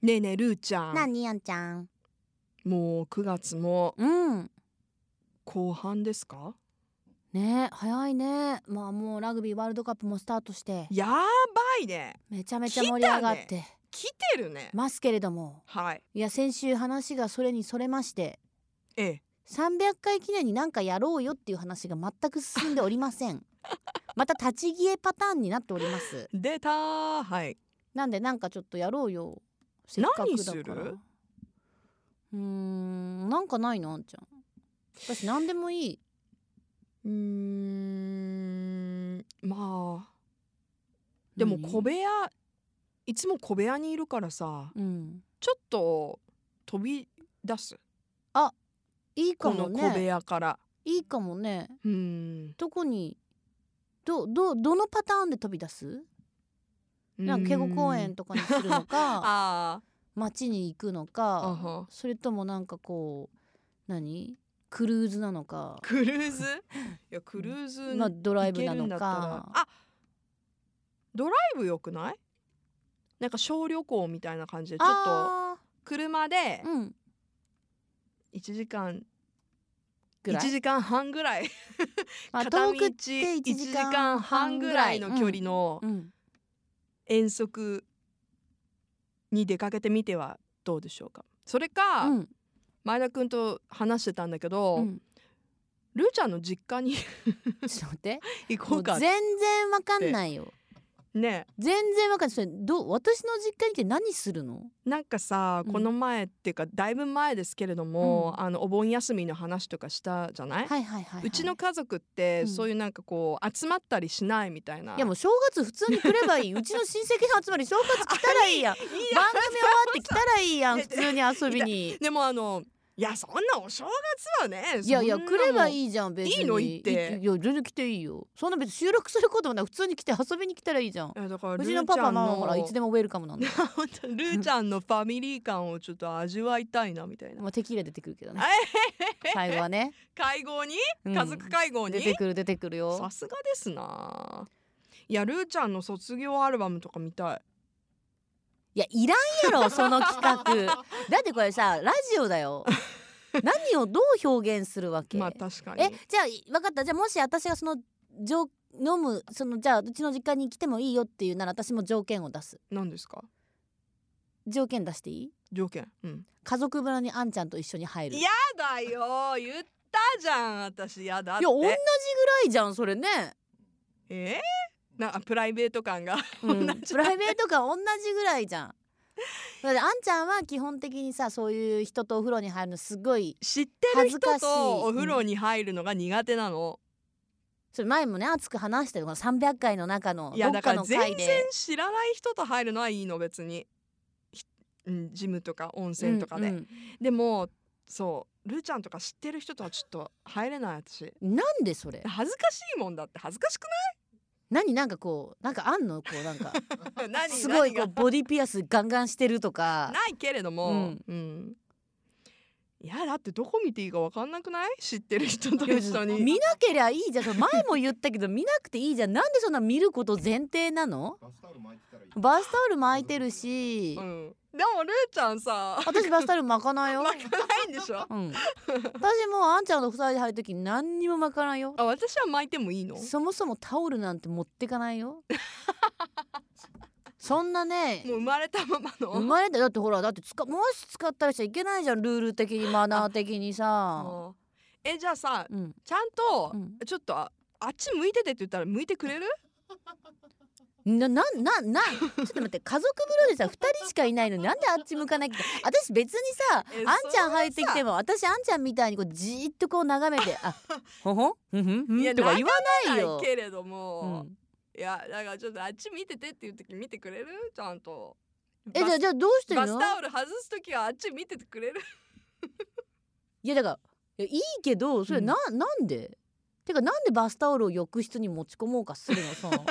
ねえねえルーちゃなんにやんちゃん。もう9月もうん。後半ですかね早いね。まあもうラグビーワールドカップもスタートしてやばいねめちゃめちゃ盛り上がっ来て来てるねますけれども、はいいや先週話がそれにそれましてええ300回記念になんかやろうよっていう話が全く進んでおりま せん。また立ち消えパターンになっております。出たーはいなんでなんかちょっとやろうよ。せっかく何だからするうーんなんかないのあんちゃん。私何でもいい。うーんまあでも何小部屋いつも小部屋にいるからさうん。ちょっと飛び出すいいかこものね。小部屋から、いいかもね。うーんどこにどどどのパターンで飛び出すなんか敬語公園ととかにするのか あ街に行くのーあかはそれともなんかこう何クルーズなのか、クルーズいやクルーズまあ、ドライブな行けるんだのったらかあドライブよくないなんか小旅行みたいな感じでちょっとあ車でーうん1時間ぐら1い、時間半ぐらいまあ、片道遠くって1一時間半ぐらいの距離のうん遠足に出かけてみてはどうでしょうかそれか、うん前田君と話してたんだけど、うんルーちゃんの実家に ちょっと待って行 こもううか全然わかんないよね全然わかんないそれどう私の実家に行って何するのなんかさうんこの前っていうかだいぶ前ですけれども、うあのお盆休みの話とかしたじゃない、はいはいはい、はいうちの家族って、うんそういうなんかこう集まったりしないみたいないやもう正月普通に来れ ばいいうちの親戚の集まり正月来たらいいやん番組終わって来たらいいやん いや普通に遊びにでもあのいやそんなお正月はねいやいやそんな来ればもういいじゃん別にいいの行っていや全然来ていいよそんな別に収録することもない普通に来て遊びに来たらいいじゃんいやだからうルちのーパちゃパんママのほらいつでもウェルカムなんだよ本当 ルーちゃんのファミリー感をちょっと味わいたいなみたいなまあ敵が出てくるけどねえ最後はね、会合にうん家族会合出にてくる出てくるよさすがですないやルーちゃんの卒業アルバムとか見たいいやいらん やろその企画だってこれさラジオだよ何をどう表現するわけ、まあ確かにえじゃあ分かったじゃあもし私がその条飲むそのじゃあうちの実家に来てもいいよっていうなら私も条件を出す何ですか条件出していい条件うん家族村にあんちゃんと一緒に入るいやだよ言ったじゃん私やだっいてや同じぐらいじゃんそれね、えー、なんかプライベート感がう ん、同じプライベートが同じぐらいじゃんだってあんちゃんは基本的にさそういう人とお風呂に入るのすごい知ってる人恥ずかしいとお風呂に入るのが苦手なの、それ前もね熱く話してるこの300回の中のいどやっだかからの全回然で知らない人と入るのはいいの別に、ひうん、ジムとか温泉とかで、うんでもそうルーちゃんとか知ってる人とはちょっと入れない私うんなんでそれ恥ずかしいもんだって恥ずかしく何なんかこうなんかあんのこうなんかない 何すごい何がこうボディピアスガンガンしてるとかないけれども、ううんんいやだってどこ見ていいか分かんなくない知ってる人といや一緒に見なけりゃいいじゃんその前も言ったけど見なくていいじゃんなんでそんな見ること前提なのバスタオル巻いてたらいい。バスタオル巻いてるし、うん、でもルーちゃんさ私バスタオル巻かないよ、巻かないんでしょうん、私もうあんちゃんと二人で入る時何にも巻かないよあ私は巻いてもいいのそもそもタオルなんて持ってかな いよそんなねもう生まれたままの生まれてだってほらだってつかもし使ったらしちゃいけないじゃんルール的にマナー的にさ、うんえじゃあさうんちゃんと、うん、ちょっとああっち向いててって言ったら向いてくれるなななな ちょっと待って家族風呂でさ2人しかいないのになんであっち向かなきゃいけない私別にさ えあんちゃん入ってきても私あんちゃんみたいにこうじーっとこう眺めて 「あほほんふんふんふんいやとか言わなないいよ。けれどうも、ん、いやだからちょっとあっち見ててっていう時見てくれるちゃんとえじゃあじゃあどうしてるバスのタオル外す時はあっち見ててくれるいやだからいやいいけどそれな,、なんでてかなんでバスタオルを浴室に持ち込もうかする のその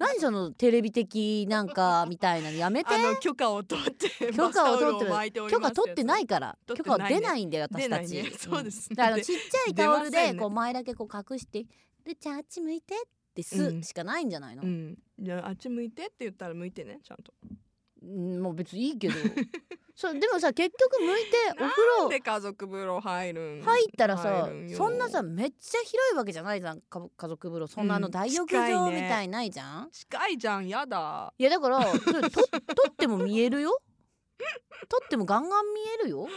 何そのテレビ的なんかみたいなのやめてあの許可を取 って許可を取ってバスタオルるを巻いており許ます可取ってないいから取って許可ないねは出ないんだよ私たち、出ないねそうですねんだからちっちゃいタオル出ませでんねこう前だけこう隠して「るちゃんあっち向いて」って すうんしかないんじゃないの、うんじゃああっち向いてって言ったら向いてねちゃんとうんもう別にい いけどそうでもさ結局向いてお風なん呂で家族風呂入るん入ったらさ入るよそんなさめっちゃ広いわけじゃないじゃんか家族風呂そんなあのうん大浴近い場みねたいないじゃん、近いじゃんやだいやだからそ れと撮っても見えるよ撮ってもガンガン見えるよ、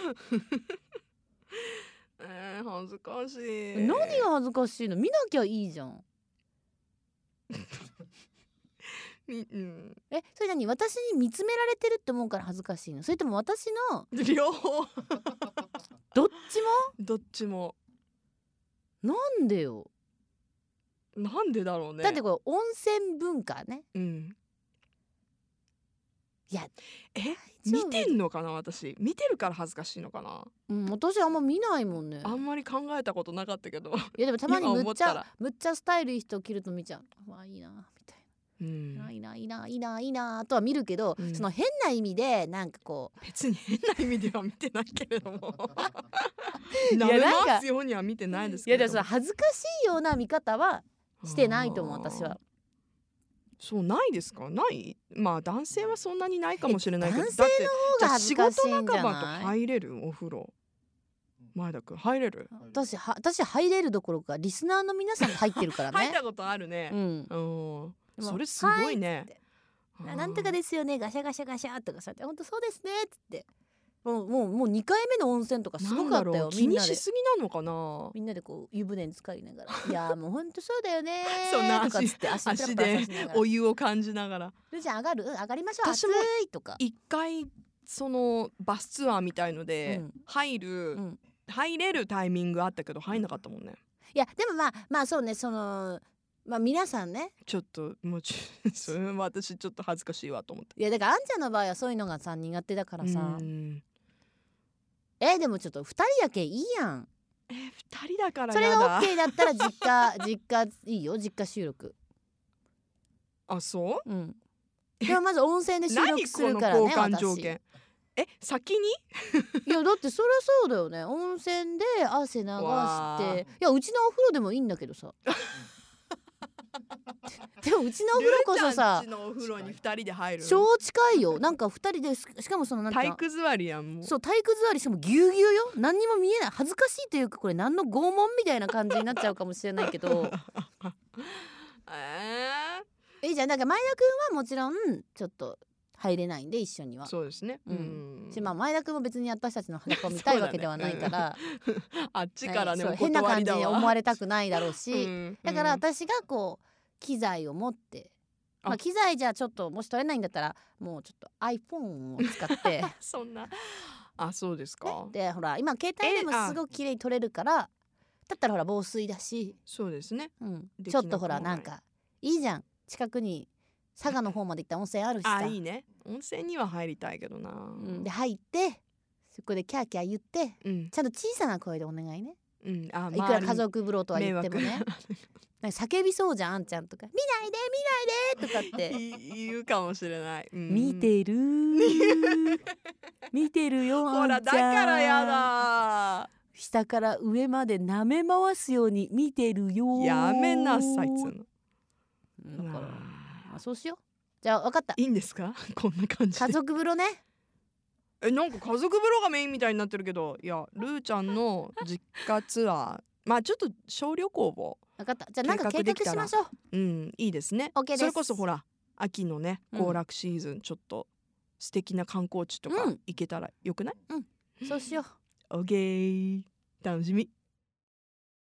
えー、恥ずかしい何が恥ずかしいの見なきゃいいじゃんみうんえそれ何私に見つめられてるって思うから恥ずかしいのそれとも私の両方どっちどっちももなんでよ、なんでだろうねだってこれ温泉文化ねうんいやえ大丈夫見てんのかな私見てるから恥ずかしいのかなうん、私あんま見ないもんねあんまり考えたことなかったけど いやでもたまに今む思っっちたゃらむっちゃスタイルいい人着ると見ちゃううわいいなみたいうんな、いいないいないいないいなとは見るけど、うんその変な意味でなんかこ別に変な意味では見てないけれどもやなめなんかますようには見てうないですいけやれだどからその恥ずかしいような見方はしてないと思うあー私はそうないですかないまあ男性はそんなにないかもしれないけどえ男性の方だがって恥ずかしいんじゃ仲間とない入れるお風呂前田君入れる、私は私入れるどころかリスナーの皆さんが入ってるから ね入ったことあるねうんうん、でもそれすごいはねっつってななんとかですよねガシャガシャガシャとかさって本当そうですねっつってもうもうもう2回目の温泉とかすすごごかかっったたよよ気みんになしですぎなのかなみんなでこう湯船に浸かりながら「いやーもうほんとそうだよねー」そんな足とかっつって足足プラプラでさせながらお湯を感じながらルーちゃん上がるうん上がりましょう私暑もい」とか一回そのバスツアーみたいのでうん入る、うん入れるタイミングあったけど入んなかったもんねいやでもまあまあそうねそのまあ皆さんねちょっともうちょ それは私ちょっと恥ずかしいわと思っていやだからあんちゃんの場合はそういうのがさ苦手だからさうんえでもちょっと2人だけいいやんえー二人だからそれやだが OK だったら実家実家いいよ実家収録あそううんでもまず温泉で収何録すこるのからね交換条私件え先にいやだってそりゃそうだよね温泉で汗流わしあていやうちのお風呂でもいいんだけど さでもうちのお風呂こそさルーちゃんちのお風呂に二人で入るの超近いよなんか二人でししかもそのなんてい体うの育座りやんもうそう体育座りしてもぎゅうぎゅうよ何にも見えない恥ずかしいというかこれ何の拷問みたいな感じになっちゃうかもしれないけ どええいいじゃんなんか前田君はもちろんちょっと入れないんで一緒にーは。そうですねううんんしまあ前田君も別に私たちの裸を見たいわけではないから、 あっちからねそうお変な断感りじだにわ思われたくないだろううし、んだからうん私がこう機材を持って、あまあ、機材じゃちょっともし取れないんだったらもうちょっと iPhone を使って そんなあそうですかでほら今携帯でもえあすごく綺麗に取れるからだったらほら防水だし、そうですねうん、できちょなくもないっとほらなんかいいじゃん近くに佐賀の方まで行ったら温泉あるしあさ、いいね温泉には入りたいけどなうん、で入ってそこでキャーキャー言ってうんちゃんと小さな声でお願いねうんあいくら家周族風呂とは言っても迷ね惑 なんか叫びそうじゃんあんちゃんとか「見ないで見ないで」とかっりにて。い言うかもしれないうん見てる ー見てるよほあらんちだゃんからやだ下から上まで舐め回すように見てるよーやめなさいっつうだのからああそうしようじゃあ分かったいいんですか こんな感じで家族風呂ねえなんか家族風呂がメインみたいになってるけどいやルーちゃんの実家ツアーまあちょっと小旅行を分かったじゃあなんか計計画で画きたしらましょううんいいですね OK ですそれこそほら秋のねうん行楽シーズン、ちょっと素敵な観光地とかうん行けたらよくない、そうしようオッケー楽しみ